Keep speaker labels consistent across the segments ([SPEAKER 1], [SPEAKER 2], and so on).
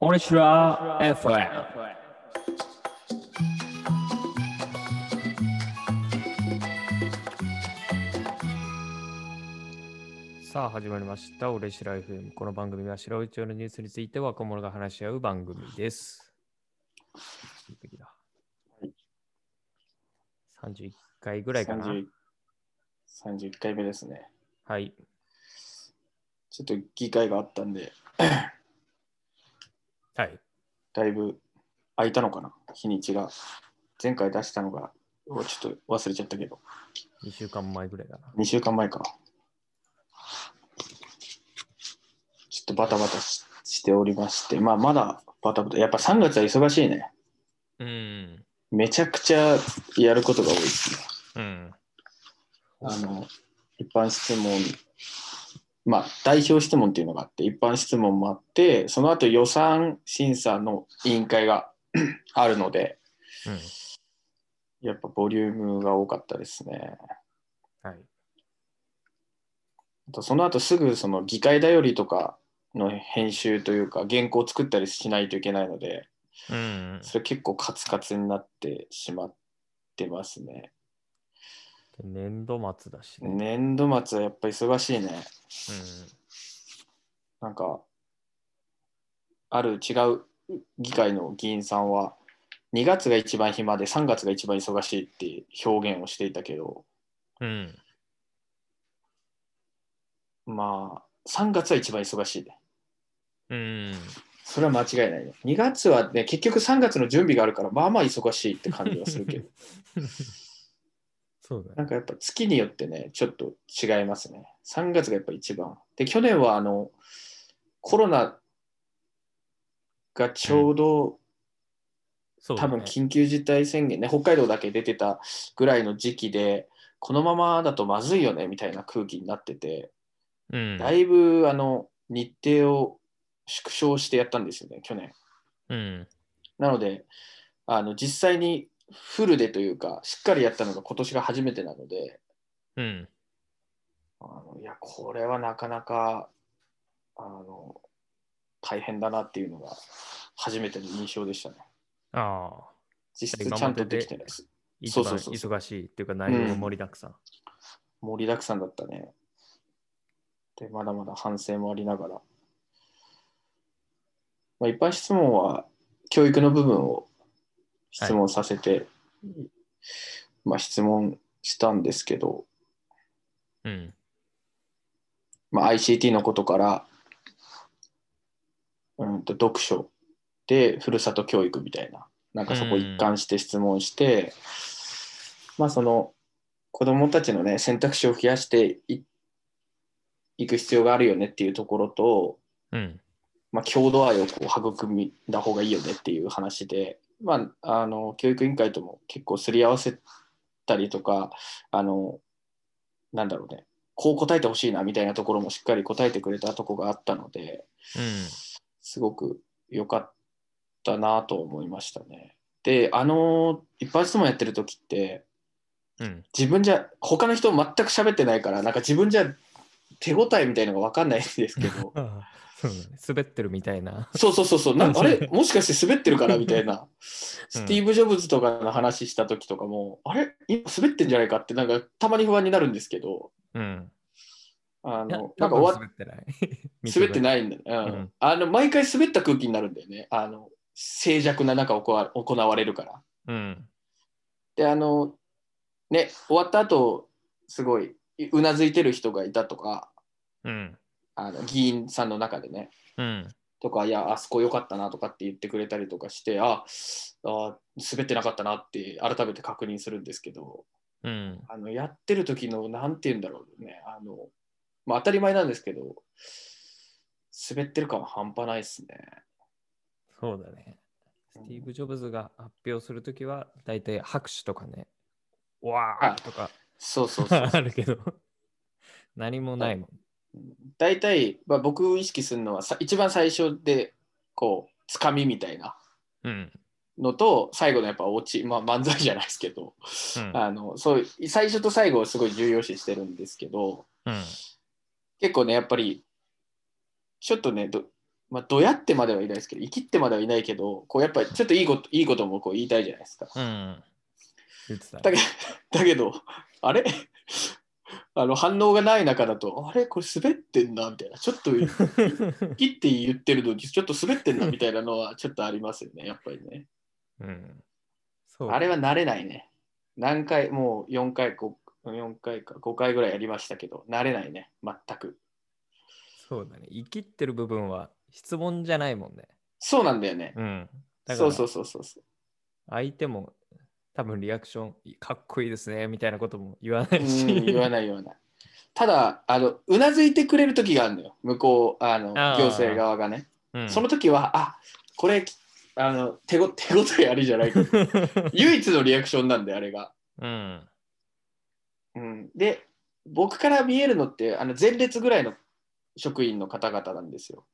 [SPEAKER 1] オリシュラ FM。
[SPEAKER 2] さあ始まりました。オレシラ FM。この番組は白内町のニュースについて若者が話し合う番組です。完璧だ
[SPEAKER 3] はい
[SPEAKER 2] 31回ぐらいかな。
[SPEAKER 3] 30 31回目ですね。
[SPEAKER 2] はい。
[SPEAKER 3] ちょっと議会があったんで、
[SPEAKER 2] はい。
[SPEAKER 3] だいぶ空いたのかな、日にちが。前回出したのが、うわちょっと忘れちゃったけど、
[SPEAKER 2] 2週間前ぐらいだな。
[SPEAKER 3] 2週間前か。ちょっとバタバタししておりまして、まあ、まだバタバタ、やっぱ3月は忙しいね。
[SPEAKER 2] うん。
[SPEAKER 3] めちゃくちゃやることが多いです
[SPEAKER 2] う
[SPEAKER 3] ね。
[SPEAKER 2] ん。
[SPEAKER 3] あの、一般質問、まあ、代表質問っていうのがあって、一般質問もあって、その後予算審査の委員会が あるので、
[SPEAKER 2] うん。
[SPEAKER 3] やっぱボリュームが多かったですね。
[SPEAKER 2] はい。
[SPEAKER 3] あとその後すぐその議会だよりとかの編集というか、原稿を作ったりしないといけないので、
[SPEAKER 2] うん。
[SPEAKER 3] それ結構カツカツになってしまってますね。
[SPEAKER 2] 年度末だしね。
[SPEAKER 3] 年度末はやっぱ忙しいね。なんか、ある違う議会の議員さんは、2月が一番暇で3月が一番忙しいって表現をしていたけど、
[SPEAKER 2] うん。うん。
[SPEAKER 3] まあ、3月は一番忙しいね。
[SPEAKER 2] うん。
[SPEAKER 3] それは間違いないね。2月はね、結局3月の準備があるから、まあまあ忙しいって感じはするけど、
[SPEAKER 2] そうだ
[SPEAKER 3] な
[SPEAKER 2] ね。
[SPEAKER 3] んかやっぱ月によってね、ちょっと違いますね。3月がやっぱ一番。で、去年はあの、コロナがちょうど、
[SPEAKER 2] そうだ
[SPEAKER 3] 多
[SPEAKER 2] ね
[SPEAKER 3] 分緊急事態宣言ね、北海道だけ出てたぐらいの時期で、このままだとまずいよねみたいな空気になってて、
[SPEAKER 2] うん。
[SPEAKER 3] だいぶあの日程を縮小してやったんですよね、去年。
[SPEAKER 2] うん。
[SPEAKER 3] なので、あの実際にフルでというか、しっかりやったのが今年が初めてなので、
[SPEAKER 2] うん。
[SPEAKER 3] あのいや、これはなかなかあの大変だなっていうのが初めての印象でしたね。
[SPEAKER 2] ああ。
[SPEAKER 3] 実質ちゃんとできてないです。
[SPEAKER 2] 一
[SPEAKER 3] そう
[SPEAKER 2] 番
[SPEAKER 3] そうそう
[SPEAKER 2] 忙しいっていうか内容が盛りだくさん。
[SPEAKER 3] 盛りだくさんだったね。で、まだまだ反省もありながら。まあ、一般質問は、教育の部分を質問させて、まあ、質問したんですけど、
[SPEAKER 2] うん。
[SPEAKER 3] まあ、ICT のことから、うんと読書でふるさと教育みたいななんかそこ一貫して質問して、まあその子どもたちのね選択肢を増やしていいく必要があるよねっていうところと、
[SPEAKER 2] うん。
[SPEAKER 3] まあ、郷土愛をこう育んだ方がいいよねっていう話で、まあ、あの教育委員会とも結構すり合わせたりとかあのなんだろうねこう答えてほしいなみたいなところもしっかり答えてくれたとこがあったので
[SPEAKER 2] うん。
[SPEAKER 3] すごく良かったなと思いましたね。であの一般質問やってる時って
[SPEAKER 2] うん。
[SPEAKER 3] 自分じゃ他の人全く喋ってないからなんか自分じゃ手応えみたいのが分かんないんですけど
[SPEAKER 2] そうだね。滑ってるみたいな。
[SPEAKER 3] そうそうそうそう、なんかあれ、もしかして滑ってるかなみたいな、スティーブ・ジョブズとかの話した時とかも、あれ、今滑ってんじゃないかって、なんかたまに不安になるんですけど、
[SPEAKER 2] うん。
[SPEAKER 3] あの
[SPEAKER 2] いや
[SPEAKER 3] なんか終わ
[SPEAKER 2] 多分滑ってない。
[SPEAKER 3] 滑って
[SPEAKER 2] い。
[SPEAKER 3] ないんだ、うん
[SPEAKER 2] うん
[SPEAKER 3] あの毎回滑った空気になるんだよね、あの静寂な中行わ行われるから。
[SPEAKER 2] うん。
[SPEAKER 3] で、あの、ね、終わった後すごい、うなずいてる人がいたとか、
[SPEAKER 2] うん。
[SPEAKER 3] あの議員さんの中でね、
[SPEAKER 2] うん。
[SPEAKER 3] とか、いや、あそこ良かったなとかって言ってくれたりとかして、あ、あ滑ってなかったなって改めて確認するんですけど、
[SPEAKER 2] うん。
[SPEAKER 3] あのやってる時の、なんて言うんだろうね、あの、まあ、当たり前なんですけど、滑ってる感は半端ないですね。
[SPEAKER 2] そうだね。スティーブ・ジョブズが発表するときは、大体拍手とかね。わーとか
[SPEAKER 3] そうそうそう そ
[SPEAKER 2] あ
[SPEAKER 3] う。
[SPEAKER 2] るけど。何もないもん。
[SPEAKER 3] 大体、まあ、僕意識するのはさ、一番最初で、こう、つかみみたいな
[SPEAKER 2] うん。
[SPEAKER 3] のと、最後のやっぱ落ち、まあ、漫才じゃないですけど、
[SPEAKER 2] うん
[SPEAKER 3] あのそういう最初と最後をすごい重要視してるんですけど、
[SPEAKER 2] うん。
[SPEAKER 3] 結構ねやっぱりちょっとねどまあ、どやってまではいないですけど、生きってまではいないけど、こうやっぱりちょっといいこといいこともこう言いたいじゃないですか。
[SPEAKER 2] うん。言ってた。
[SPEAKER 3] だけだけど、あれあの反応がない中だと、あれこれ滑ってんなみたいな、ちょっと切って言ってるのに、ちょっと滑ってんなみたいなのはちょっとありますよね、やっぱりね。
[SPEAKER 2] うん。そう。
[SPEAKER 3] あれは慣れないね。何回、もう4回、5, 4回か5回ぐらいやりましたけど、慣れないね、全く。
[SPEAKER 2] そうだね。生きってる部分は質問じゃないもんね。
[SPEAKER 3] そうなんだよね。
[SPEAKER 2] うん。だか
[SPEAKER 3] そう
[SPEAKER 2] ら
[SPEAKER 3] そうそうそうそう。
[SPEAKER 2] 相手も多分リアクションかっこいいですねみたいなことも言わな
[SPEAKER 3] う
[SPEAKER 2] いし。
[SPEAKER 3] ん言わない言わない。ただ、あのうなずいてくれる時があるのよ、向こう、あの
[SPEAKER 2] あー
[SPEAKER 3] 行政側がね。
[SPEAKER 2] うん
[SPEAKER 3] その時は、あこれあの手ご、 手応えありじゃな いか。唯一のリアクションなんで、あれが。
[SPEAKER 2] うん。
[SPEAKER 3] うん、で、僕から見えるのって、あの前列ぐらいの職員の方々なんですよ。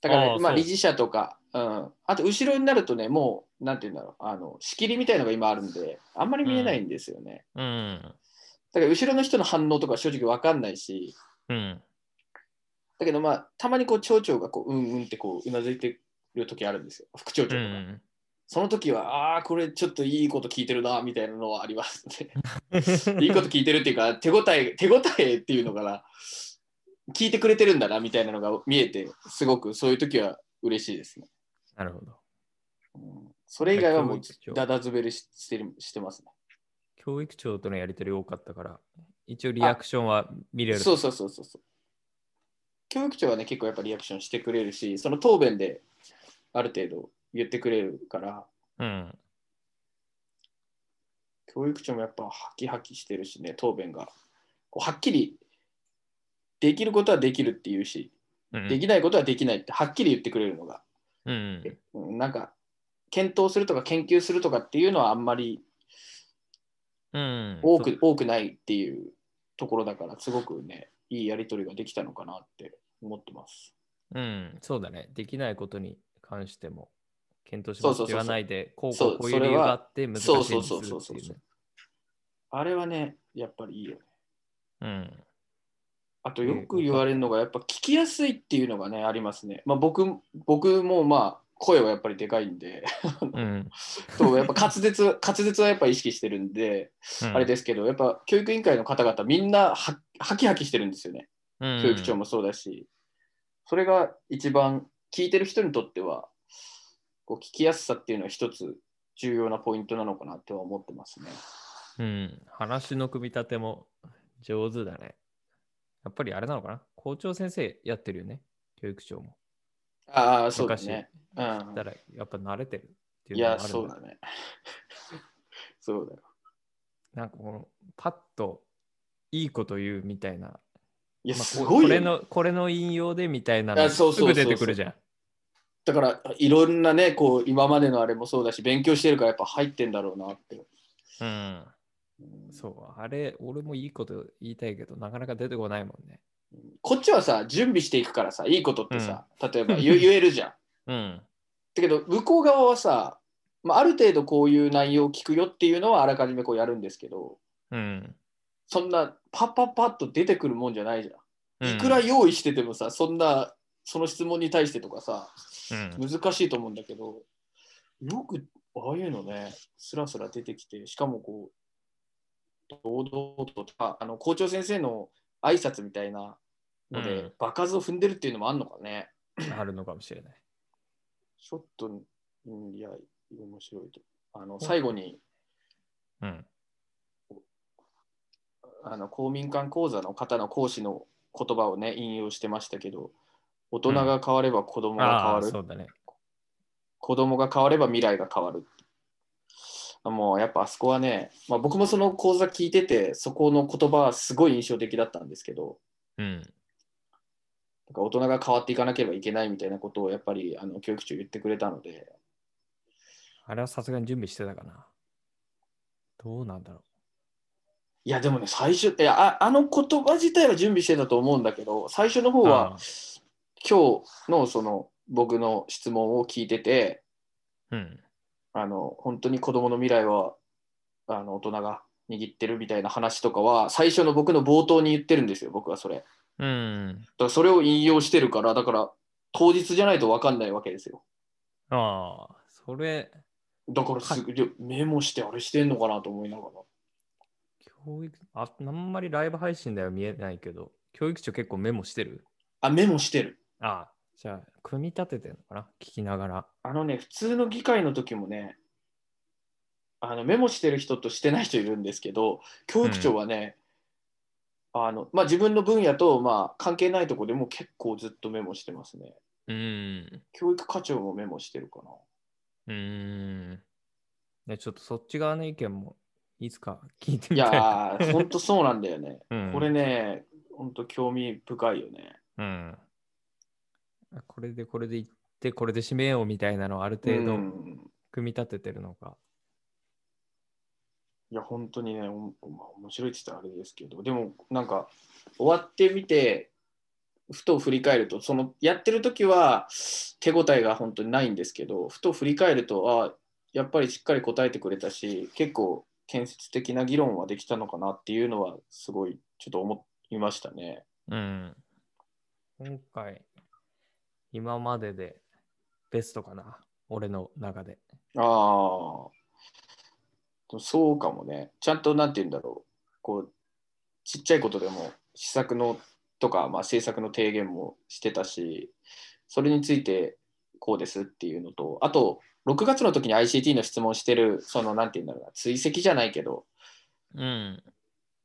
[SPEAKER 3] だからね、
[SPEAKER 2] ああ
[SPEAKER 3] まあ、
[SPEAKER 2] そう
[SPEAKER 3] 理事者とか、うん、あと後ろになるとね、もう、なんていうんだろう、あの仕切りみたいのが今あるんで、あんまり見えないんですよね。
[SPEAKER 2] うん。
[SPEAKER 3] だから後ろの人の反応とか正直わかんないし、
[SPEAKER 2] うん。
[SPEAKER 3] だけどまあたまにこう町長がこううんうんってこううなずいてる時あるんですよ副町長と
[SPEAKER 2] う
[SPEAKER 3] か、
[SPEAKER 2] ん。
[SPEAKER 3] その時はああーこれちょっといいこと聞いてるなみたいなのはあ りますねいいこと聞いてるっていうか手応え手応えっていうのかな聞いてくれてるんだなみたいなのが見えてすごくそういう時は嬉しいですね、
[SPEAKER 2] なるほど。
[SPEAKER 3] うんそれ以外はも
[SPEAKER 2] は
[SPEAKER 3] う
[SPEAKER 2] い教育長
[SPEAKER 3] だだ滑りししてるしてますね
[SPEAKER 2] 教育長とのやりとり多かったから、一応リアクションは見れる。
[SPEAKER 3] そうそうそうそうそう。教育長はね、結構やっぱリアクションしてくれるし、その答弁である程度言ってくれるから、
[SPEAKER 2] うん。
[SPEAKER 3] 教育長もやっぱハキハキしてるしね、答弁が。こうはっきりできることはできるっていうし、
[SPEAKER 2] うん。
[SPEAKER 3] できないことはできないってはっきり言ってくれるのが、
[SPEAKER 2] うん。
[SPEAKER 3] うん、なんか検討するとか研究するとかっていうのはあんまり
[SPEAKER 2] うん。
[SPEAKER 3] 多く,、多くないっていうところだから、すごくね、いいやり取りができたのかなって思ってます。
[SPEAKER 2] うん、そうだね。できないことに関しても、検討し
[SPEAKER 3] そ
[SPEAKER 2] ま
[SPEAKER 3] う
[SPEAKER 2] す
[SPEAKER 3] そ
[SPEAKER 2] っ
[SPEAKER 3] う
[SPEAKER 2] て
[SPEAKER 3] そう
[SPEAKER 2] 言
[SPEAKER 3] そう
[SPEAKER 2] わないで、こう
[SPEAKER 3] そ
[SPEAKER 2] こ
[SPEAKER 3] う
[SPEAKER 2] うこうい
[SPEAKER 3] そうれ
[SPEAKER 2] 理由
[SPEAKER 3] は
[SPEAKER 2] があって難しい
[SPEAKER 3] そう
[SPEAKER 2] にする
[SPEAKER 3] そう
[SPEAKER 2] って
[SPEAKER 3] そうそう
[SPEAKER 2] いうね。
[SPEAKER 3] あれはね、やっぱりいいよね。
[SPEAKER 2] うん。
[SPEAKER 3] あとよく言われるのが、やっぱ聞きやすいっていうのがね、ありますね。まあ、僕僕もまあ声はやっぱりでかいんで、
[SPEAKER 2] うん。
[SPEAKER 3] とやっぱ滑舌、 滑舌はやっぱ意識してるんで、 あれ
[SPEAKER 2] で、
[SPEAKER 3] ですけど、やっぱ教育委員会の方々、みんなははきはきしてるんですよね。
[SPEAKER 2] うん
[SPEAKER 3] 教育長。もそうだし、それが一番聞いてる人にとっては、こう聞きやすさっていうのは一つ重要なポイントなのかなとは思ってますね。
[SPEAKER 2] うん。話の組み立ても上手だね。やっぱりあれなのかな校長先生やってるよね。教育長も。
[SPEAKER 3] ああ、そうですね。うん
[SPEAKER 2] だから、やっぱ慣れてるってい
[SPEAKER 3] いう
[SPEAKER 2] のもあ
[SPEAKER 3] や、
[SPEAKER 2] るんだ
[SPEAKER 3] そうだね。 そうだよ。
[SPEAKER 2] なんかこの、パッといいこと言うみたいな。
[SPEAKER 3] いや、
[SPEAKER 2] まあ
[SPEAKER 3] すご
[SPEAKER 2] こ
[SPEAKER 3] いよ
[SPEAKER 2] れの、これの引用でみたいなの
[SPEAKER 3] あそう
[SPEAKER 2] す
[SPEAKER 3] そうそうそう
[SPEAKER 2] ぐ出てくるじゃん。
[SPEAKER 3] だからいろんなねこう今までのあれもそうだし勉強してるからやっぱ入ってんだろうなって、
[SPEAKER 2] うん。そう、あれ、俺もいいこと言いたいけど、なかなか出てこないもんね。
[SPEAKER 3] こっちはさ準備していくからさいいことってさ、例え ば言言えるじゃんだ
[SPEAKER 2] うん。
[SPEAKER 3] けど向こう側はさ、まあ、ある程度こういう内容を聞くよっていうのはあらかじめこうやるんですけど
[SPEAKER 2] うん。
[SPEAKER 3] そんなパッパッパッと出てくるもんじゃないじゃん、いくら用意しててもさそんなその質問に対してとかさ
[SPEAKER 2] うん、
[SPEAKER 3] 難しいと思うんだけどよくああいうのねスラスラ出てきてしかもこう堂々とああの校長先生の挨拶みたいなので、
[SPEAKER 2] うん
[SPEAKER 3] 場数を踏んでるっていうのもあるのかね
[SPEAKER 2] あるのかもしれない。
[SPEAKER 3] ちょっとうんいや面白いとあの最後に
[SPEAKER 2] うん。
[SPEAKER 3] あの公民館講座の方の講師の言葉をね引用してましたけど大人が変われば子供が変
[SPEAKER 2] あ
[SPEAKER 3] わ
[SPEAKER 2] あ、
[SPEAKER 3] る、
[SPEAKER 2] そうだね。
[SPEAKER 3] 子供が変われば未来が変わる。もうやっぱあそこはね、まあ、僕もその講座聞いてて、そこの言葉はすごい印象的だったんですけど、
[SPEAKER 2] うん。
[SPEAKER 3] なんか大人が変わっていかなければいけないみたいなことをやっぱりあの教育長言ってくれたので、
[SPEAKER 2] あれはさすがに準備してたかな。どうなんだろ
[SPEAKER 3] いやでもね、最初、いやああの言葉自体は準備してたと思うんだけど、最初の方
[SPEAKER 2] う。
[SPEAKER 3] は今日のその僕の質問を聞いてて、
[SPEAKER 2] ああうん。
[SPEAKER 3] あの本当に子供の未来はあの大人が握ってるみたいな話とかは、最初の僕の冒頭に言ってるんですよ、僕はそれ。
[SPEAKER 2] うん。
[SPEAKER 3] だからそれを引用してるから、だから当日じゃないと分かんないわけですよ。
[SPEAKER 2] ああ、それ、
[SPEAKER 3] だからすぐ、りょメモしてあれしてんのかなと思いながら。
[SPEAKER 2] 教育あ、あんまりライブ配信では見えないけど、教育長結構メモしてる
[SPEAKER 3] あ、メモしてる。
[SPEAKER 2] ああ、じゃあ、組み立ててるのかな聞きながら。
[SPEAKER 3] あのね、普通の議会の時もね、あのメモしてる人としてない人いるんですけど、教育長はね、あのまあ、自分の分野と、まあ、関係ないとこでも結構ずっとメモしてますね。
[SPEAKER 2] うん。
[SPEAKER 3] 教育課長もメモしてるかな。
[SPEAKER 2] うん。ね、ちょっとそっち側の意見も、いつか聞いて
[SPEAKER 3] い
[SPEAKER 2] みたい。
[SPEAKER 3] やー、ほんとそうなんだよね。
[SPEAKER 2] うん、
[SPEAKER 3] これね、ほんと興味深いよね。
[SPEAKER 2] うん。これでこれで行って、これで締めようみたいなのをある程
[SPEAKER 3] う
[SPEAKER 2] 度
[SPEAKER 3] ん
[SPEAKER 2] 組み立ててるのか。
[SPEAKER 3] いや、本当にね、おまあ面白いって言ったらあれですけど、でも、なんか、終わってみて、ふと振り返ると、その、やってる時は、手応えが本当にないんですけど、ふと振り返ると、あやっぱりしっかり答えてくれたし、結構、建設的な議論はできたのかなっていうのは、すごい、ちょっと思いましたね。
[SPEAKER 2] うん。今回、今まででベストかな。俺の中で。
[SPEAKER 3] ああ、そうかもね。ちゃんと、なんて言うんだろう、こう、ちっちゃいことでも、施策のとか、まあ、政策の提言もしてたし、それについてこうですっていうのと、あと、6月の時に ICT の質問してる、その、なんて言うんだろうな、追跡じゃないけど、
[SPEAKER 2] うん。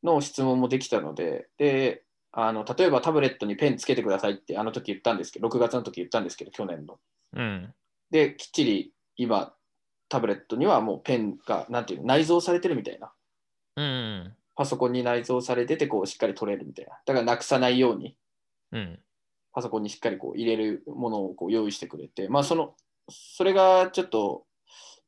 [SPEAKER 3] の質問もできたので、で、あの例えばタブレットにペンつけてくださいって、あの時言ったんですけど、6月の時言ったんですけど、去年の。
[SPEAKER 2] うん。
[SPEAKER 3] で、きっちり今、タブレットにはもうペンが、なんていうの、内蔵されてるみたいな。
[SPEAKER 2] うん。
[SPEAKER 3] パソコンに内蔵されてて、こう、しっかり取れるみたいな。だから、なくさないように、
[SPEAKER 2] うん。
[SPEAKER 3] パソコンにしっかりこう入れるものをこう用意してくれて、まあ、その、それがちょっと、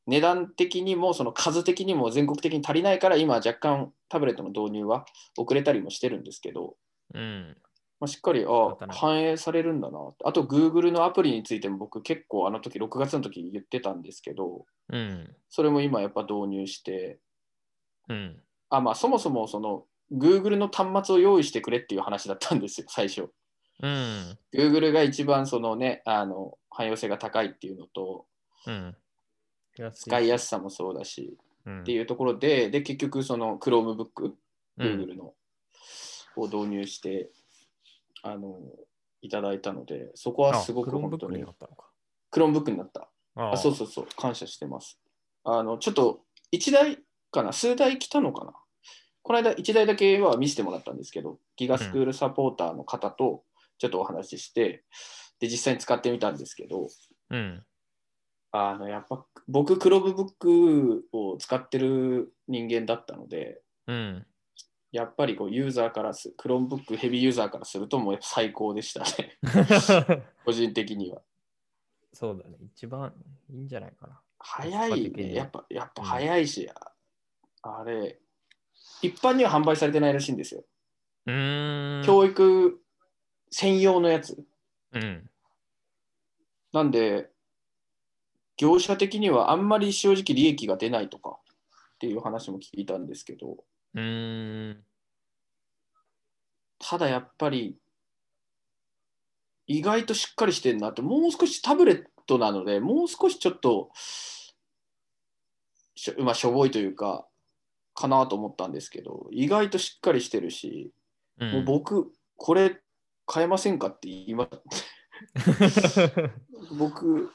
[SPEAKER 3] 値段的にも、その数的にも全国的に足りないから、今、若干タブレットの導入は遅れたりもしてるんですけど、
[SPEAKER 2] うん。
[SPEAKER 3] まあ、しっかり
[SPEAKER 2] ま
[SPEAKER 3] あ
[SPEAKER 2] たね
[SPEAKER 3] 反映されるんだなあと Google のアプリについても僕結構あの時6月の時言ってたんですけど
[SPEAKER 2] うん。
[SPEAKER 3] それも今やっぱ導入して、
[SPEAKER 2] うん。
[SPEAKER 3] あ、まあそもそもその Google の端末を用意してくれっていう話だったんですよ、最初。
[SPEAKER 2] うん。
[SPEAKER 3] Google が一番そのね、あの、汎用性が高いっていうのと、
[SPEAKER 2] うん。
[SPEAKER 3] 使い
[SPEAKER 2] っ
[SPEAKER 3] やすさもそうだし、って
[SPEAKER 2] う
[SPEAKER 3] いうところで、で、結局その Chromebook、
[SPEAKER 2] ん。
[SPEAKER 3] Google の、を導入して、あの、いただいたので、そこはすごく本当に
[SPEAKER 2] あクロームブックにな、ったのか。
[SPEAKER 3] Chromebook になっ
[SPEAKER 2] あ
[SPEAKER 3] た。あ、そうそうそう、感謝してます。あの、ちょっと、1台かな、数台来たのかな。この間、1台だけは見せてもらったんですけど、ギガスクールサポーターの方とちょっとお話しして、で、実際に使ってみたんですけど、
[SPEAKER 2] う。うん。
[SPEAKER 3] あの、やっぱ、僕、クロームブックを使ってる人間だったので、
[SPEAKER 2] うん。
[SPEAKER 3] やっぱりこうユーザーからす、クロームブックヘビーユーザーからするともう最高でしたね、 個人的には。
[SPEAKER 2] そうだね。一番いいんじゃないかな。
[SPEAKER 3] 早
[SPEAKER 2] コスパ
[SPEAKER 3] い
[SPEAKER 2] 的
[SPEAKER 3] ね。
[SPEAKER 2] に
[SPEAKER 3] やっぱ、やっぱ早いし、ああれ、一般には販売されてないらしいんですよ。
[SPEAKER 2] うーん。
[SPEAKER 3] 教育専用のやつ。
[SPEAKER 2] うん。
[SPEAKER 3] なんで、業者的にはあんまり正直利益が出ないとかっていう話も聞いたんですけど、
[SPEAKER 2] うーん。
[SPEAKER 3] ただやっぱり、意外としっかりしてんなって、もう少しタブレットなので、もう少しちょっと、しょまあ、しょぼいというか、かなと思ったんですけど、意外としっかりしてるし、
[SPEAKER 2] うん
[SPEAKER 3] も う僕、これ買えませんかって言いま 僕、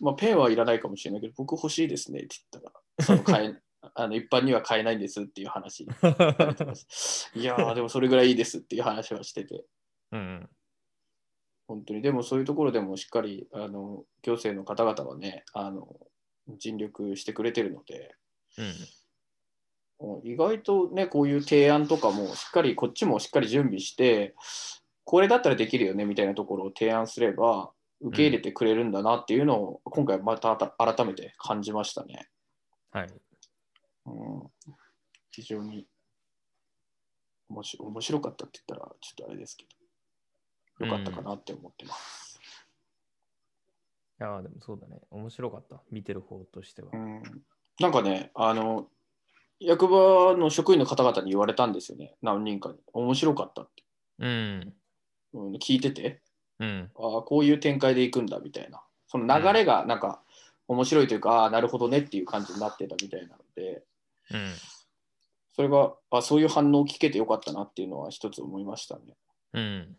[SPEAKER 3] まあ、ペンはいらないかもしれないけど、僕欲しいですねって言ったら、その買え あの一般には買えないんですっていう話になってます。いやー、でもそれぐらいいいですっていう話はしてて。
[SPEAKER 2] うん。
[SPEAKER 3] 本当に、でもそういうところでもしっかりあの行政の方々はねあの、尽力してくれてるので、
[SPEAKER 2] うん。
[SPEAKER 3] うん意外とね、こういう提案とかも、しっかりこっちもしっかり準備して、これだったらできるよねみたいなところを提案すれば、受け入れてくれるんだなっていうのを、今回また改めて感じましたね。
[SPEAKER 2] はい。
[SPEAKER 3] うん、非常に面白面白かったって言ったら、ちょっとあれですけど、よかったかなって思ってま
[SPEAKER 2] い
[SPEAKER 3] す。
[SPEAKER 2] やーでもそうだね。面白かった。見てる方としては
[SPEAKER 3] う。んなんかね、あの、役場の職員の方々に言われたんですよね、何人かに。面白かったって。
[SPEAKER 2] うん。
[SPEAKER 3] うん聞いてて。
[SPEAKER 2] うん。
[SPEAKER 3] ああこういう展開でいくんだみたいなその流れがなんか面白いというか、ああなるほどねっていう感じになってたみたいなので
[SPEAKER 2] うん。
[SPEAKER 3] それがあそういう反応を聞けてよかったなっていうのは一つ思いましたね。
[SPEAKER 2] うん。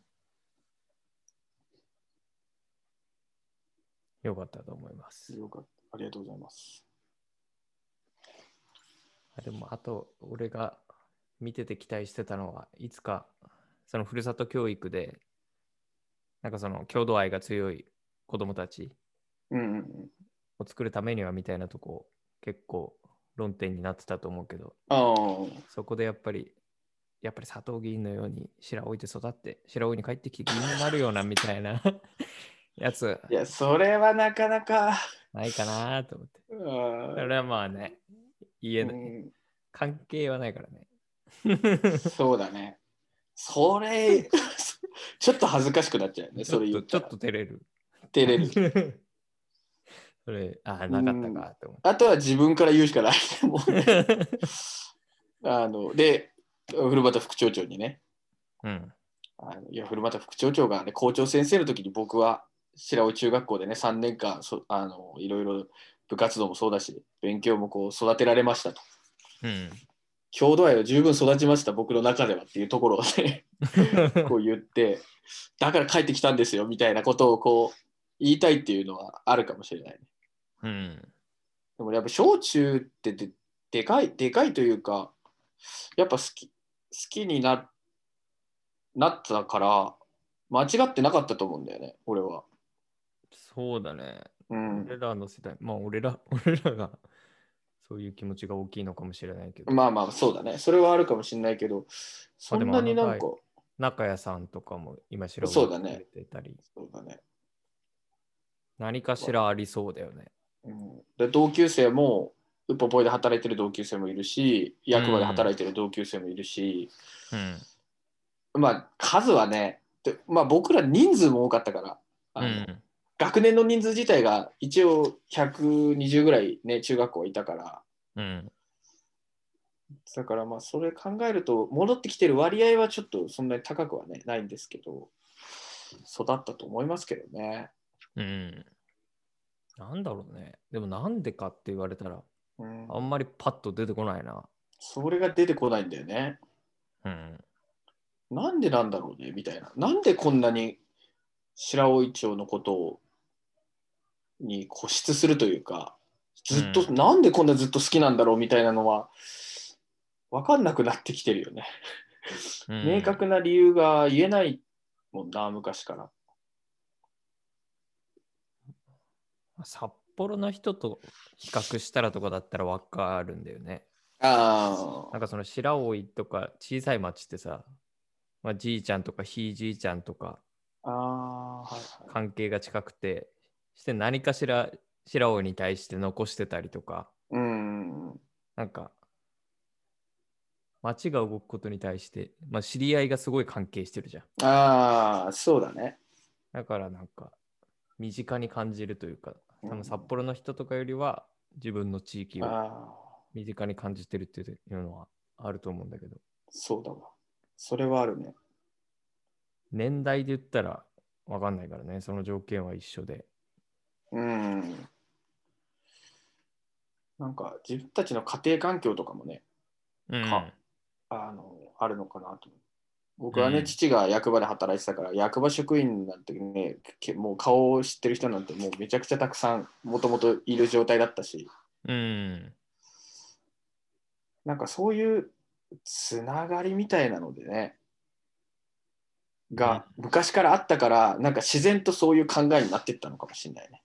[SPEAKER 2] よかったと思います。
[SPEAKER 3] よかったありがとうございます。
[SPEAKER 2] あでも、あと、俺が見てて期待してたのは、いつか、そのふるさと教育で、なんかその郷土愛が強い子供たち
[SPEAKER 3] うんうんうん、
[SPEAKER 2] を作るためにはみたいなとこ、結構論点になってたと思うけど、
[SPEAKER 3] ああ
[SPEAKER 2] そこでやっぱり、やっぱり佐藤議員のように白老いて育って、白老に帰ってきて議員になるようなみたいな やつ
[SPEAKER 3] いやそれはなかなか。
[SPEAKER 2] ないかなと思って。
[SPEAKER 3] う
[SPEAKER 2] そ
[SPEAKER 3] ん
[SPEAKER 2] れはまあね、言えない、関係はないからね。
[SPEAKER 3] うんそうだね。それ ちょっと恥ずかしくなっちゃうよね。それ
[SPEAKER 2] ちょ
[SPEAKER 3] 言
[SPEAKER 2] っ
[SPEAKER 3] っ
[SPEAKER 2] とちょ
[SPEAKER 3] た
[SPEAKER 2] っ
[SPEAKER 3] ら
[SPEAKER 2] と照れる。
[SPEAKER 3] 照れる。
[SPEAKER 2] それ、ああ、なかったかと思
[SPEAKER 3] あとは自分から言うし かない。もうね
[SPEAKER 2] って。
[SPEAKER 3] あので古畑副町長にね
[SPEAKER 2] うん。
[SPEAKER 3] あのいや古俣副町長が、ね、校長先生の時に僕は白尾中学校でね3年間そあのいろいろ部活動もそうだし勉強もこう育てられましたと
[SPEAKER 2] うん。
[SPEAKER 3] 郷土愛を十分育ちました僕の中ではっていうところをねこう言ってだから帰ってきたんですよみたいなことをこう言いたいっていうのはあるかもしれない、ね、
[SPEAKER 2] うん。
[SPEAKER 3] でもやっぱ小中ってででかいでかいというかやっぱ好き好きにななったから間違ってなかったと思うんだよね俺は。
[SPEAKER 2] そうだね。
[SPEAKER 3] うん、
[SPEAKER 2] 俺らの世代、まあ俺ら、 俺らがそういう気持ちが大きいのかもしれないけど、
[SPEAKER 3] まあまあそうだねそれはあるかもしれないけどそんなになん
[SPEAKER 2] で
[SPEAKER 3] か
[SPEAKER 2] も中谷さんとかも今白
[SPEAKER 3] そうだね
[SPEAKER 2] 入れてたり、
[SPEAKER 3] そうだね、
[SPEAKER 2] 何かしらありそうだよね。
[SPEAKER 3] うん、で同級生もウポポイで働いてる同級生もいるし役場で働いてる同級生もいるし、
[SPEAKER 2] うん。
[SPEAKER 3] まあ数はねで、まあ、僕ら人数も多かったから。あ
[SPEAKER 2] う
[SPEAKER 3] の
[SPEAKER 2] ん。
[SPEAKER 3] 学年の人数自体が一応120ぐらいね中学校はいたから
[SPEAKER 2] うん。
[SPEAKER 3] だからまあそれ考えると戻ってきてる割合はちょっとそんなに高くはねないんですけど育ったと思いますけどね
[SPEAKER 2] うん。なんだろうね。でもなんでかって言われたら、
[SPEAKER 3] うん
[SPEAKER 2] あんまりパッと出てこないな。
[SPEAKER 3] それが出てこないんだよね
[SPEAKER 2] うん。
[SPEAKER 3] なんでなんだろうねみたいななんでこんなに白老町のことをに固執するというかずっと、
[SPEAKER 2] うん
[SPEAKER 3] なんでこんなずっと好きなんだろうみたいなのは分かんなくなってきてるよね明確な理由が言えないもんな、昔から。
[SPEAKER 2] 札幌の人と比較したらとかだったらわかるんだよね。
[SPEAKER 3] あ
[SPEAKER 2] なんかその白老とか小さい町ってさ、まあ、じいちゃんとかひいじいちゃんとか
[SPEAKER 3] あ、はいはい。
[SPEAKER 2] 関係が近くて、して何かしら白老に対して残してたりとか、
[SPEAKER 3] うん。
[SPEAKER 2] なんか、町が動くことに対して、まあ、知り合いがすごい関係してるじゃん。
[SPEAKER 3] ああ、そうだね。
[SPEAKER 2] だからなんか身近に感じるというか、多
[SPEAKER 3] う
[SPEAKER 2] 分
[SPEAKER 3] ん
[SPEAKER 2] 札幌の人とかよりは自分の地域を
[SPEAKER 3] ああ、
[SPEAKER 2] 身近に感じてるっていうのはあると思うんだけど、
[SPEAKER 3] そうだわ。それはあるね。
[SPEAKER 2] 年代で言ったら分かんないからね、その条件は一緒で。
[SPEAKER 3] うん。なんか、自分たちの家庭環境とかもね、
[SPEAKER 2] うん
[SPEAKER 3] かあの、あるのかなと思う。僕はね、
[SPEAKER 2] うん
[SPEAKER 3] 父が役場で働いてたから、役場職員なんてね、けもう顔を知ってる人なんて、もうめちゃくちゃたくさん、もともといる状態だったし、
[SPEAKER 2] うん。
[SPEAKER 3] なんかそういうつながりみたいなのでね、が昔からあったから、なんか自然とそういう考えになってったのかもしれないね。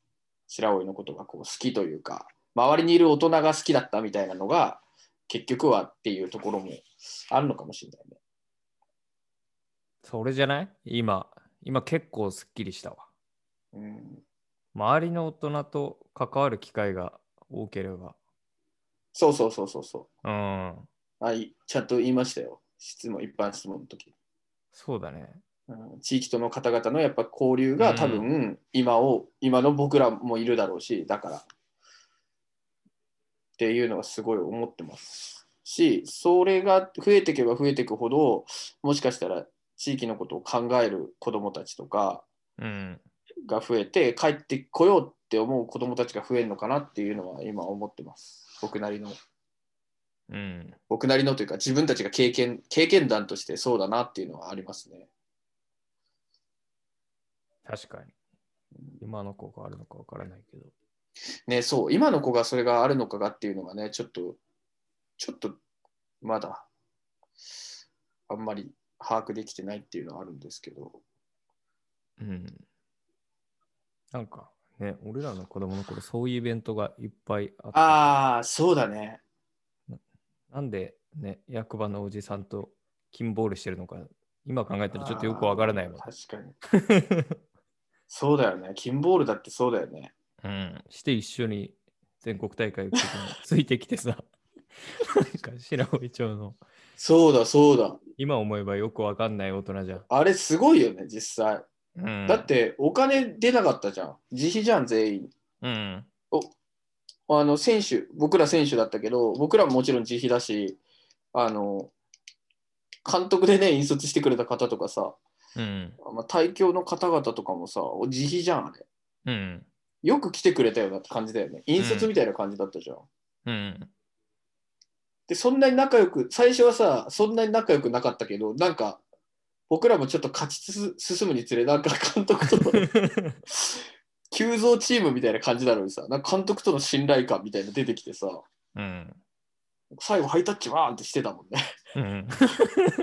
[SPEAKER 3] 白老のことがこう好きというか、周りにいる大人が好きだったみたいなのが、結局はっていうところもあるのかもしれないね。
[SPEAKER 2] それじゃない今、今結構すっきりしたわ。
[SPEAKER 3] うん、
[SPEAKER 2] 周りの大人と関わる機会が多ければ。
[SPEAKER 3] そうそうそうそうそ
[SPEAKER 2] うん。
[SPEAKER 3] うあい。ちゃんと言いましたよ。質問、一般質問の時。
[SPEAKER 2] そうだね。
[SPEAKER 3] うん地域との方々のやっぱ交流が多分今を、今の僕らもいるだろうしだからっていうのはすごい思ってますしそれが増えていけば増えていくほどもしかしたら地域のことを考える子どもたちとか
[SPEAKER 2] うん。
[SPEAKER 3] が増えて帰ってこようって思う子どもたちが増えるのかなっていうのは今思ってます僕なりの
[SPEAKER 2] うん。
[SPEAKER 3] 僕なりのというか自分たちが経験経験談としてそうだなっていうのはありますね
[SPEAKER 2] 確かに。今の子があるのかわからないけど。
[SPEAKER 3] ねそう今の子がそれがあるのかがっていうのがねちょっとちょっとまだあんまり把握できてないっていうのはあるんですけど
[SPEAKER 2] うん。なんか、ね、俺らの子供の頃、そういうイベントがいっぱいあって。
[SPEAKER 3] ああそうだね
[SPEAKER 2] なんでね、役場のおじさんと金ボールしてるのか、今考えたらちょっとよくわからないもん。
[SPEAKER 3] 確かにそうだよね金ボールだってそうだよね
[SPEAKER 2] うん、して一緒に全国大会行く時に ついてきてさ、なんか白老町の
[SPEAKER 3] そうだそうだ
[SPEAKER 2] 今思えばよくわかんない大人じゃん。
[SPEAKER 3] あれすごいよね実際
[SPEAKER 2] うん、
[SPEAKER 3] だっ、てお金出なかったじゃん自費じゃん全員
[SPEAKER 2] うん、
[SPEAKER 3] あの選手僕ら選手だったけど僕らももちろん自費だしあの監督でね引率してくれた方とかさ、
[SPEAKER 2] うん、
[SPEAKER 3] まあ、対教の方々とかもさお自費じゃんあれ
[SPEAKER 2] うん、
[SPEAKER 3] よく来てくれたよなって感じだよね引率みたいな感じだったじゃん、
[SPEAKER 2] うん、
[SPEAKER 3] でそんなに仲良く最初はさそんなに仲良くなかったけどなんか僕らもちょっと勝ちつつ進むにつれなんか監督と の急増チームみたいな感じなのにさなんか監督との信頼感みたいなの出てきてさ
[SPEAKER 2] うん、
[SPEAKER 3] 最後ハイタッチワーンってしてたもん ね
[SPEAKER 2] うん、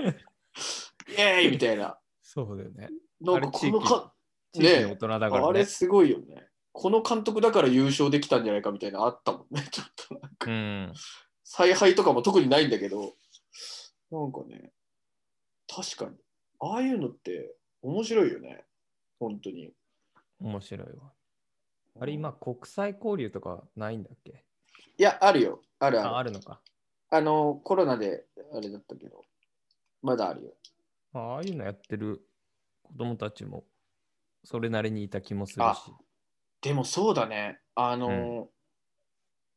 [SPEAKER 3] イエーイみたいな
[SPEAKER 2] そうだよね。
[SPEAKER 3] なん
[SPEAKER 2] あれ
[SPEAKER 3] かこ
[SPEAKER 2] 地域
[SPEAKER 3] のか
[SPEAKER 2] 地域の大人だから
[SPEAKER 3] あれ
[SPEAKER 2] ね。
[SPEAKER 3] すごいよねこの監督だから優勝できたんじゃないかみたいなのあったもんねちょっとなん
[SPEAKER 2] う
[SPEAKER 3] か
[SPEAKER 2] ん、
[SPEAKER 3] 采配とかも特にないんだけどなんかね確かにああいうのって面白いよね本当に
[SPEAKER 2] 面白いわ。あれ今、国際交流とかないんだっけ
[SPEAKER 3] いやあるよあるある
[SPEAKER 2] あ、
[SPEAKER 3] あ
[SPEAKER 2] あるのか。
[SPEAKER 3] のコロナであれだったけどまだあるよ
[SPEAKER 2] まあああいうのやってる子供たちもそれなりにいた気もするし。
[SPEAKER 3] でもそうだね、あのー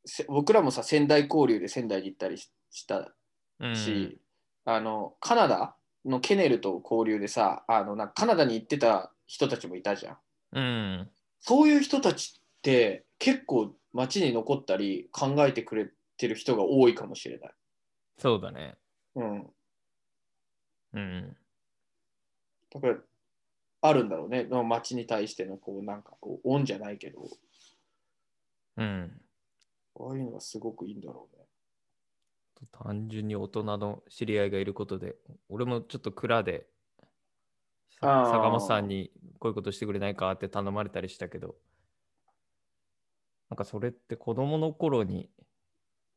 [SPEAKER 3] せ僕らもさ、仙台交流で仙台に行ったりしした
[SPEAKER 2] うん
[SPEAKER 3] し、あのカナダのケネルと交流でさあのなんかカナダに行ってた人たちもいたじゃん。
[SPEAKER 2] うん。
[SPEAKER 3] そういう人たちって結構街に残ったり考えてくれてる人が多いかもしれない。
[SPEAKER 2] そうだね。
[SPEAKER 3] うん、
[SPEAKER 2] うん。
[SPEAKER 3] だからあるんだろうね、の街に対してのこうなんかこう恩じゃないけど、
[SPEAKER 2] うん。
[SPEAKER 3] ああいうのがすごくいいんだろうね。
[SPEAKER 2] 単純に大人の知り合いがいることで、俺もちょっと蔵で、
[SPEAKER 3] あ
[SPEAKER 2] さ
[SPEAKER 3] ー
[SPEAKER 2] 坂本さんにこういうことしてくれないかって頼まれたりしたけど、なんかそれって子供の頃に、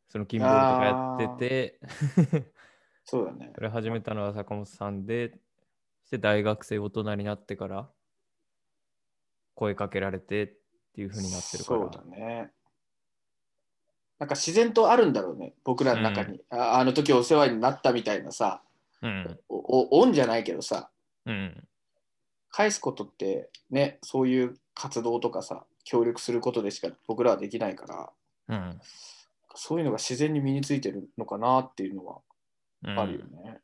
[SPEAKER 2] その金ボールとかやって て、
[SPEAKER 3] そうだね。
[SPEAKER 2] それ始めたのは坂本さんで、そして大学生大人になってから、声かけられてっていう風になってるから。
[SPEAKER 3] そうだね。なんか自然とあるんだろうね、僕らの中に。ああの時お世話になったみたいなさ、
[SPEAKER 2] うん。
[SPEAKER 3] おお恩じゃないけどさ、
[SPEAKER 2] うん。
[SPEAKER 3] 返すことってね、そういう活動とかさ、協力することでしか僕らはできないから、
[SPEAKER 2] うん。
[SPEAKER 3] そういうのが自然に身についてるのかなっていうのは
[SPEAKER 2] うん
[SPEAKER 3] あるよね。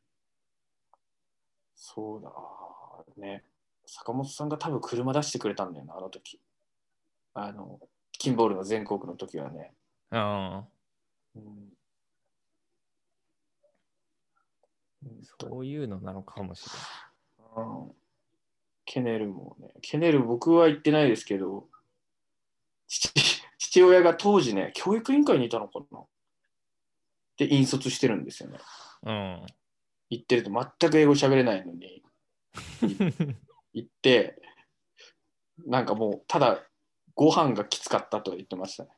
[SPEAKER 3] そうだね。坂本さんが多分車出してくれたんだよな、あの時。あの、キンボールの全国の時はね。
[SPEAKER 2] あ
[SPEAKER 3] うん
[SPEAKER 2] あ、そういうのなのかもし
[SPEAKER 3] うんケネルもね、ケネル僕は行ってないですけど、父父親が当時ね、教育委員会にいたのかなで、引率してるんですよね。
[SPEAKER 2] れない。
[SPEAKER 3] 行ってると全く英語喋れないのに、
[SPEAKER 2] うん。
[SPEAKER 3] 行って、なんかもう、ただ、ご飯がきつかったとは言ってましたね。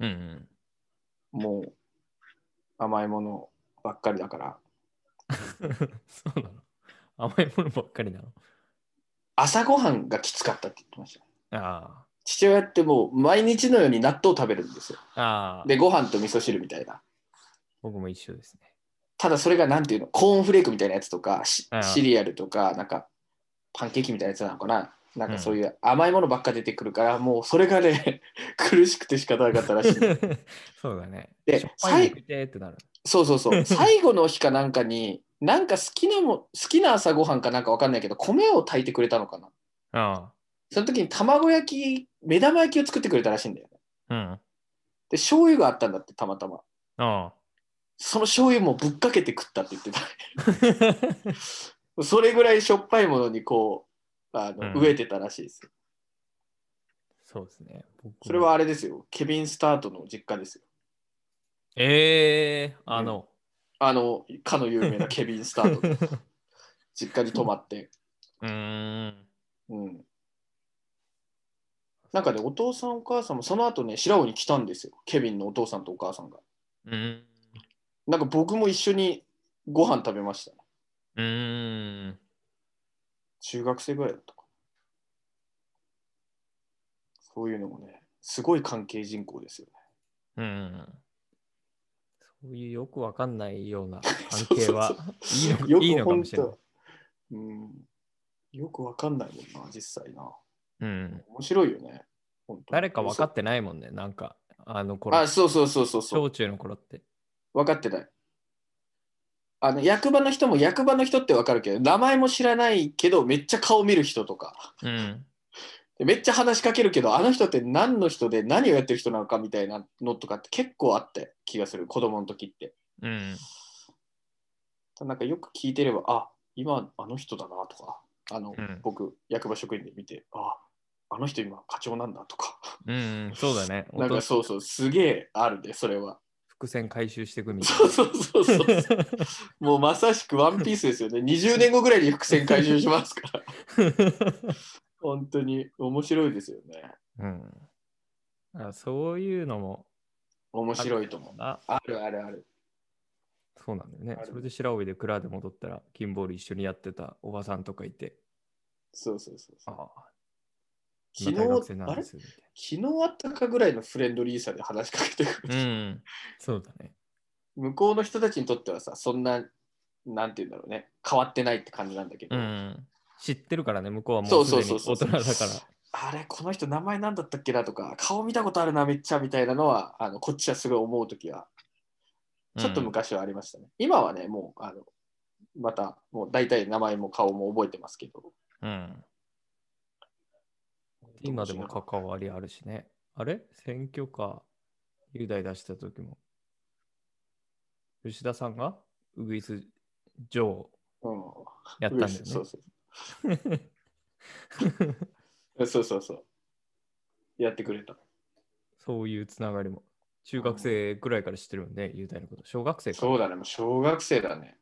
[SPEAKER 2] うん。
[SPEAKER 3] もう、甘いものばっかりだから。
[SPEAKER 2] そうなの甘いものばっかりなの
[SPEAKER 3] 朝ごはんがきつかったって言ってました。
[SPEAKER 2] あ
[SPEAKER 3] 父親ってもう毎日のように納豆食べるんですよ。
[SPEAKER 2] あ。ああ。
[SPEAKER 3] で、ご飯と味噌汁みたいな。
[SPEAKER 2] 僕も一緒ですね。
[SPEAKER 3] ただそれがなんていうの、コーンフレークみたいなやつとか、シ
[SPEAKER 2] うん
[SPEAKER 3] シリアルとか、なんかパンケーキみたいなやつなのかな。なん
[SPEAKER 2] うん
[SPEAKER 3] かそういう甘いものばっか出てくるから、もうそれがね、苦しくて仕方なかったらしい。
[SPEAKER 2] そうだね。
[SPEAKER 3] で
[SPEAKER 2] しょっぱいの食いてーってなる。
[SPEAKER 3] そうそう そう。最後の日かなんかに、なんか好きなも、好きな朝ごはんかなんかわかんないけど、米を炊いてくれたのかな。
[SPEAKER 2] あ
[SPEAKER 3] その時に卵焼き、目玉焼きを作ってくれたらしいんだよね。
[SPEAKER 2] うん。あ
[SPEAKER 3] で、醤油があったんだって、たまたま。
[SPEAKER 2] あ。
[SPEAKER 3] その醤油もぶっかけて食ったって言ってた。 それぐらいしょっぱいものにこう、あの
[SPEAKER 2] うん
[SPEAKER 3] 飢えてたらしいですよ。
[SPEAKER 2] そうですね。僕も
[SPEAKER 3] それはあれですよ。ケビン・スタートの実家ですよ。
[SPEAKER 2] ええあの、
[SPEAKER 3] あの、かの有名なケビン・スタートの実家に泊まって。
[SPEAKER 2] うーん。
[SPEAKER 3] うん。なんかね、お父さん、お母さんもその後ね、白尾に来たんですよ。ケビンのお父さんとお母さんが。
[SPEAKER 2] うん。
[SPEAKER 3] なんか僕も一緒にご飯食べましたね。
[SPEAKER 2] うーん。
[SPEAKER 3] 中学生ぐらいだったかな。そういうのもね、すごい関係人口ですよね。
[SPEAKER 2] うん。そういうよくわかんないような関
[SPEAKER 3] そうそう
[SPEAKER 2] 係
[SPEAKER 3] そう
[SPEAKER 2] は、いいのか
[SPEAKER 3] よ
[SPEAKER 2] いいの
[SPEAKER 3] く
[SPEAKER 2] か
[SPEAKER 3] 本
[SPEAKER 2] もしれない
[SPEAKER 3] 当。うん。よくわかんないもんな、実際な。
[SPEAKER 2] うん。
[SPEAKER 3] 面白いよね。本当に
[SPEAKER 2] 誰か分かってないもんね、なんか、あの頃
[SPEAKER 3] あ、、そうそうそうそうそう。
[SPEAKER 2] 小中の頃って。
[SPEAKER 3] 分かってない。あの役場の人も役場の人って分かるけど名前も知らないけどめっちゃ顔見る人とか
[SPEAKER 2] うん。
[SPEAKER 3] でめっちゃ話しかけるけどあの人って何の人で何をやってる人なのかみたいなのとかって結構あった気がする子供の時って
[SPEAKER 2] うん。
[SPEAKER 3] なんかよく聞いてればあ今あの人だなとかあの、
[SPEAKER 2] うん
[SPEAKER 3] 僕役場職員で見てああの人今課長なんだとか
[SPEAKER 2] うん。そうだね。
[SPEAKER 3] なん
[SPEAKER 2] お
[SPEAKER 3] か
[SPEAKER 2] 父
[SPEAKER 3] そうそうすげえあるでそれは
[SPEAKER 2] 伏線回収していくみたい
[SPEAKER 3] そう
[SPEAKER 2] な。
[SPEAKER 3] そうそうそうもうまさしくワンピースですよね20年後ぐらいに伏線回収しますから本当に面白いですよね。
[SPEAKER 2] うん。あそういうのも、
[SPEAKER 3] 面白いと思う。
[SPEAKER 2] あ、
[SPEAKER 3] あるあるある。
[SPEAKER 2] そうなんだよね
[SPEAKER 3] あ。る
[SPEAKER 2] それで白帯で蔵で戻ったら、金ボール一緒にやってたおばさんとかいて、
[SPEAKER 3] そうそうそうそう。
[SPEAKER 2] ああ、
[SPEAKER 3] 昨
[SPEAKER 2] 今大学
[SPEAKER 3] 日
[SPEAKER 2] 生、な
[SPEAKER 3] あ
[SPEAKER 2] ん
[SPEAKER 3] れ
[SPEAKER 2] で
[SPEAKER 3] 昨
[SPEAKER 2] すみ
[SPEAKER 3] 日あったかぐらいのフレンドリーさで話しかけてく
[SPEAKER 2] たいな。
[SPEAKER 3] る。
[SPEAKER 2] うん。そうだね。
[SPEAKER 3] 向こうの人たちにとってはさ、そんな、なんて言うんだろうね、変わってないって感じなんだけど。
[SPEAKER 2] うん。知ってるからね、向こうはも
[SPEAKER 3] そうう
[SPEAKER 2] すで
[SPEAKER 3] そう
[SPEAKER 2] に
[SPEAKER 3] そう
[SPEAKER 2] 大
[SPEAKER 3] そう
[SPEAKER 2] 人だから。
[SPEAKER 3] あれ、この人名前なんだったっけなとか、顔見たことあるな、めっちゃみたいなのは、あのこっちはすごい思うときは、ちょっと
[SPEAKER 2] うん
[SPEAKER 3] 昔はありましたね。今はね、もう、あの、また、もう大体名前も顔も覚えてますけど。
[SPEAKER 2] うん。今でも関わりあるしね。あれ選挙か、雄大出した時も。吉田さんがウグイス女王
[SPEAKER 3] うん。
[SPEAKER 2] やったんだよね。
[SPEAKER 3] そうそうそう そうそうそう。やってくれた。
[SPEAKER 2] そういうつながりも。中学生ぐらいから知ってるもんね、雄大のこと。小学生か。
[SPEAKER 3] そうだね、もう小学生だね。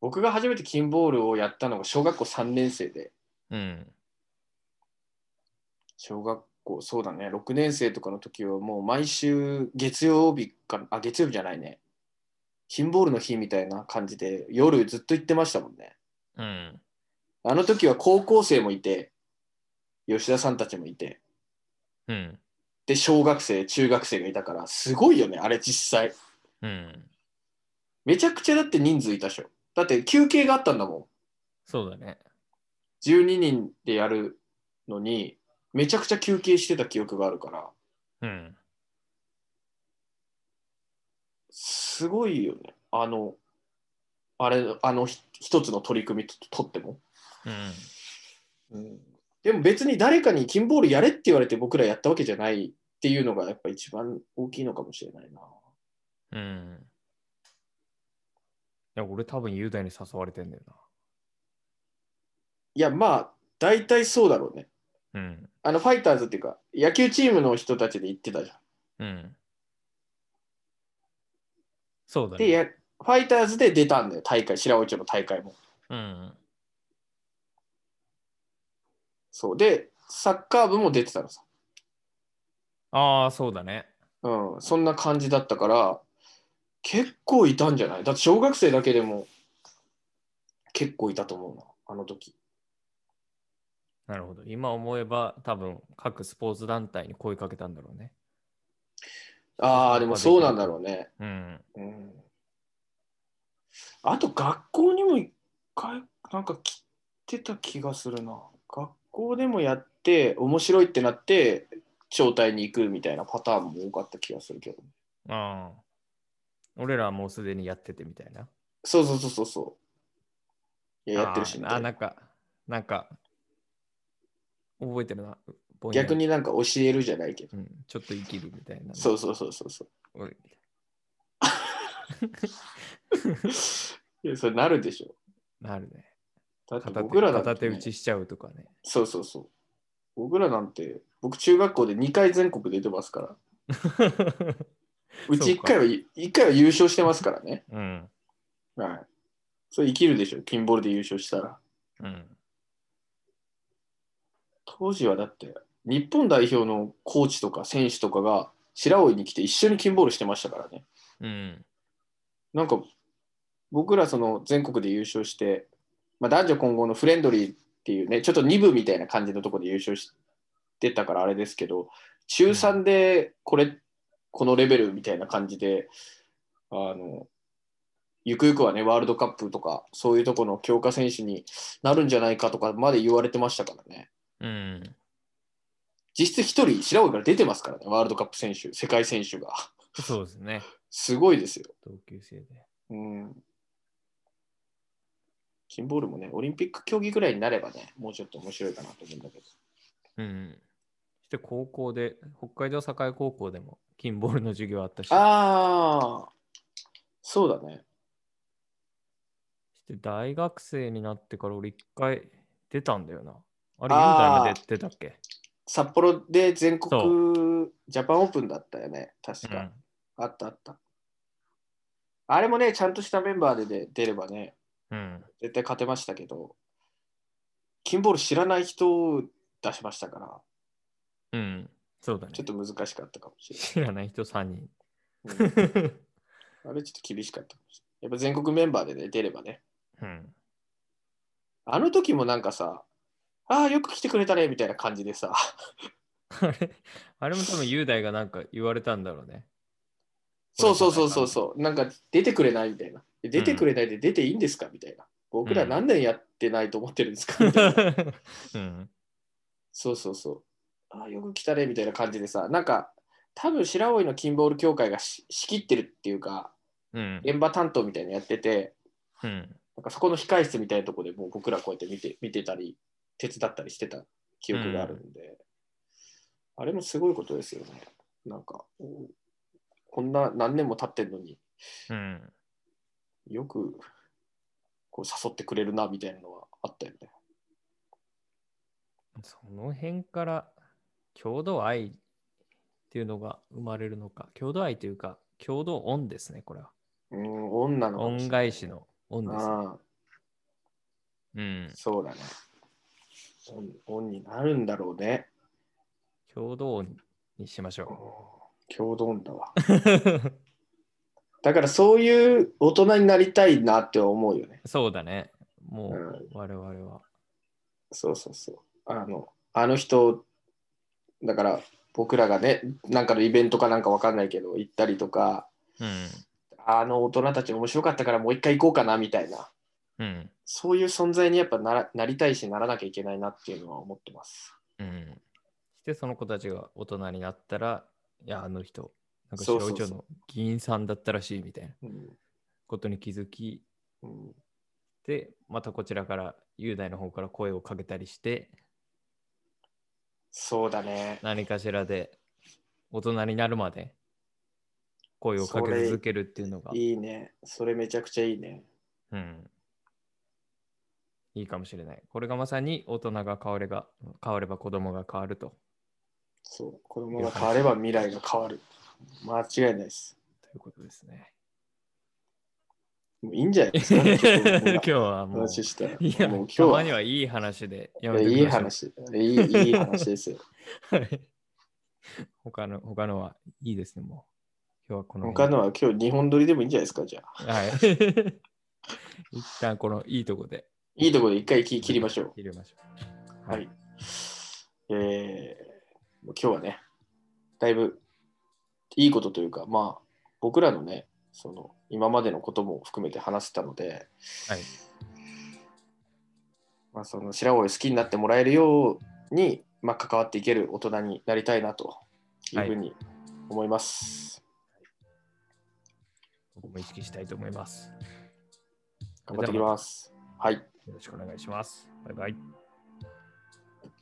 [SPEAKER 3] 僕が初めて金ボールをやったのが小学校3年生で、
[SPEAKER 2] うん。
[SPEAKER 3] 小学校、そうだね、6年生とかの時はもう毎週月曜日か、あ、月曜日じゃないね。金ボールの日みたいな感じで夜ずっと行ってましたもんね。
[SPEAKER 2] うん。
[SPEAKER 3] あの時は高校生もいて、吉田さんたちもいて、
[SPEAKER 2] うん。
[SPEAKER 3] で、小学生、中学生がいたから、すごいよね、あれ実際。
[SPEAKER 2] うん。
[SPEAKER 3] めちゃくちゃだって人数いたでしょ。だって休憩があったんだもん。
[SPEAKER 2] そうだね。
[SPEAKER 3] 12人でやるのに、めちゃくちゃ休憩してた記憶があるから、
[SPEAKER 2] うん。
[SPEAKER 3] すごいよね。あの、あれ、あのひ一つの取り組みととっても。
[SPEAKER 2] うん。
[SPEAKER 3] でも別に誰かに金ボールやれって言われて僕らやったわけじゃないっていうのがやっぱ一番大きいのかもしれないな。
[SPEAKER 2] うん。いや、俺多分雄大に誘われてんだよ
[SPEAKER 3] いや、まあ、大体そうだろうね。
[SPEAKER 2] な。うん。
[SPEAKER 3] あの、ファイターズっていうか、野球チームの人たちで行ってたじゃ
[SPEAKER 2] う
[SPEAKER 3] ん。
[SPEAKER 2] ん。そうだ
[SPEAKER 3] で
[SPEAKER 2] ね。
[SPEAKER 3] や、ファイターズで出たんだよ、大会、白尾町の大会も。
[SPEAKER 2] うん。
[SPEAKER 3] そう。で、サッカー部も出てたのさ。
[SPEAKER 2] ああ、そうだね。
[SPEAKER 3] うん、そんな感じだったから、結構いたんじゃないだって小学生だけでも結構いたと思うな、あの時。
[SPEAKER 2] なるほど。今思えば、多分各スポーツ団体に声かけたんだろうね。
[SPEAKER 3] ああ、でもそうなんだろうね。
[SPEAKER 2] うん。
[SPEAKER 3] うん。あと、学校にも一回、なんか来てた気がするな。学校でもやって、面白いってなって、招待に行くみたいなパターンも多かった気がするけど。
[SPEAKER 2] ああ。俺らはもうすでにやっててみたいな。
[SPEAKER 3] そうそうそうそうそう。いや、やってるしみ
[SPEAKER 2] あ
[SPEAKER 3] た
[SPEAKER 2] ーあ
[SPEAKER 3] い
[SPEAKER 2] なん
[SPEAKER 3] な。
[SPEAKER 2] か、なんか、覚えてるな。ぼんやり
[SPEAKER 3] 逆、になんか教えるじゃないけど。
[SPEAKER 2] うん、ちょっと生きるみたいな。
[SPEAKER 3] そうそうそうそうそう
[SPEAKER 2] おい。
[SPEAKER 3] いやそれなるでしょ。
[SPEAKER 2] なるね。
[SPEAKER 3] だって
[SPEAKER 2] 片手
[SPEAKER 3] 僕らだ
[SPEAKER 2] 片
[SPEAKER 3] っ
[SPEAKER 2] 手
[SPEAKER 3] て、
[SPEAKER 2] 打
[SPEAKER 3] ね、
[SPEAKER 2] ちしちゃうとかね。
[SPEAKER 3] そうそうそう。僕らなんて、僕中学校で2回全国出てますから。うち1回は、一回は優勝してますからね。
[SPEAKER 2] うん。
[SPEAKER 3] はい。それ生きるでしょ、ピンボールで優勝したら。
[SPEAKER 2] うん。
[SPEAKER 3] 当時はだって、日本代表のコーチとか選手とかが白老に来て一緒に金ボールしてましたからね。
[SPEAKER 2] うん。
[SPEAKER 3] なんか、僕らその全国で優勝して、まあ、男女混合のフレンドリーっていうね、ちょっと2部みたいな感じのところで優勝してたからあれですけど、中3でこれ、このレベルみたいな感じで、あの、ゆくゆくはね、ワールドカップとか、そういうとこの強化選手になるんじゃないかとかまで言われてましたからね。
[SPEAKER 2] うん。
[SPEAKER 3] 実質一人、白老から出てますからね、ワールドカップ選手、世界選手が。
[SPEAKER 2] そうですね。
[SPEAKER 3] すごいですよ。
[SPEAKER 2] 同級生で。
[SPEAKER 3] うん。キンボールもね、オリンピック競技ぐらいになればね、もうちょっと面白いかなと思うんだけど。
[SPEAKER 2] うん。そして高校で、北海道境高校でも、金ボールの授業あったし、そ
[SPEAKER 3] ああ、そうだね。
[SPEAKER 2] して大学生になってから俺一回出たんだよな。あれ、雄大も出出たっけ
[SPEAKER 3] 札幌で全国ジャパンオープンだったよね、確
[SPEAKER 2] う
[SPEAKER 3] か。
[SPEAKER 2] ん。
[SPEAKER 3] あったあった。あれもね、ちゃんとしたメンバーでで出ればね、
[SPEAKER 2] うん。
[SPEAKER 3] 絶対勝てましたけど、キンボール知らない人を出しましたから、
[SPEAKER 2] うん。そうだね
[SPEAKER 3] ちょ。っと難しかったかもしれない。
[SPEAKER 2] 知らない人3人。
[SPEAKER 3] うんあれちょっと厳しかったかもしれない。やっぱ全国メンバーで、ね、出ればね。
[SPEAKER 2] うん。
[SPEAKER 3] あの時もなんかさ、ああ、よく来てくれたねみたいな感じでさ、
[SPEAKER 2] あれ、あれも多分雄大がなんか言われたんだろうね。
[SPEAKER 3] そうそうそうそうそう、なんか出てくれないみたいな。え出てくれないで出ていいんですかみたいな。僕ら何年やってないと思ってるんで すかみたいな。
[SPEAKER 2] うん。
[SPEAKER 3] そうそうそう。ああ、よく来たねみたいな感じでさ、なんか多分白老の金ボール協会がし仕切ってるっていうか、
[SPEAKER 2] うん。
[SPEAKER 3] 現場担当みたいなのやってて、
[SPEAKER 2] うん。
[SPEAKER 3] なんかそこの控室みたいなところでもう僕らこうやって見て見てたり、手伝ったりしてた記憶があるんで、あれもすごいことですよね。なんか、おこんな何年も経ってんのに
[SPEAKER 2] うん。
[SPEAKER 3] よくこう誘ってくれるなみたいなのはあったよね。
[SPEAKER 2] その辺から郷土愛っていうのが生まれるのか、郷土愛というか、郷土音ですね、これは。
[SPEAKER 3] うん、女の
[SPEAKER 2] 恩返しの音です、ね。
[SPEAKER 3] ああ、
[SPEAKER 2] うん。
[SPEAKER 3] そうだね。オンになるんだろうね。
[SPEAKER 2] 郷土音にしまし
[SPEAKER 3] うん
[SPEAKER 2] ょ
[SPEAKER 3] 共同音だわ。
[SPEAKER 2] う。
[SPEAKER 3] だからそういう大人になりたいなって思うよね。
[SPEAKER 2] そうだね。も
[SPEAKER 3] う
[SPEAKER 2] う我々は。
[SPEAKER 3] そうそうそう。あの、あの人、だから僕らがね、なんかのイベントかなんかわかんないけど、行ったりとか、
[SPEAKER 2] うん。
[SPEAKER 3] あの大人たち面白かったからもう一回行こうかなみたいな、
[SPEAKER 2] うん。
[SPEAKER 3] そういう存在にやっぱならなりたいし、ならなきゃいけないなっていうのは思ってます。
[SPEAKER 2] うん。して、その子たちが大人になったら、いや、あの人、なんか
[SPEAKER 3] そ
[SPEAKER 2] 白
[SPEAKER 3] うそう
[SPEAKER 2] 老
[SPEAKER 3] そ
[SPEAKER 2] 町
[SPEAKER 3] う
[SPEAKER 2] の議員さんだったらしいみたいな
[SPEAKER 3] うん
[SPEAKER 2] ことに気づき、
[SPEAKER 3] うん、
[SPEAKER 2] で、またこちらから、雄大の方から声をかけたりして、
[SPEAKER 3] そうだね。
[SPEAKER 2] 何かしらで大人になるまで声をかけ続けるっていうのが、
[SPEAKER 3] いいね。それめちゃくちゃいいね。
[SPEAKER 2] うん、いいかもしれない。これがまさに大人が変われが変われば子供が変わると
[SPEAKER 3] そう。子供が変われば未来が変わる。間違いないです。
[SPEAKER 2] ということですね。
[SPEAKER 3] もういいんじゃないですか、
[SPEAKER 2] 今
[SPEAKER 3] 今
[SPEAKER 2] 日
[SPEAKER 3] 日
[SPEAKER 2] はもう
[SPEAKER 3] 話したら。
[SPEAKER 2] いや
[SPEAKER 3] もう今日
[SPEAKER 2] た
[SPEAKER 3] は
[SPEAKER 2] まにはいい話でや
[SPEAKER 3] いや
[SPEAKER 2] めて
[SPEAKER 3] いい
[SPEAKER 2] ください。
[SPEAKER 3] 話。いいいい話ですよ。
[SPEAKER 2] はい 他の他のはいいですねも う今日はこの
[SPEAKER 3] 他
[SPEAKER 2] 辺で
[SPEAKER 3] のは今日2本撮りでもいいんじゃないですかじゃあ。
[SPEAKER 2] はい一旦このいいとこで
[SPEAKER 3] いいところで一回切切りましょ
[SPEAKER 2] 切りましょ
[SPEAKER 3] う。はい。えー、もう今日はね、だいぶいいことというか、まあ、僕らのね、その今までのことも含めて話せたので、
[SPEAKER 2] はい
[SPEAKER 3] まあ、その白老好きになってもらえるように、まあ、関わっていける大人になりたいなというふうに思います。
[SPEAKER 2] う僕も意識したいと思います
[SPEAKER 3] 頑張っていきます。はい。
[SPEAKER 2] よろしくお願いします。バイバイ。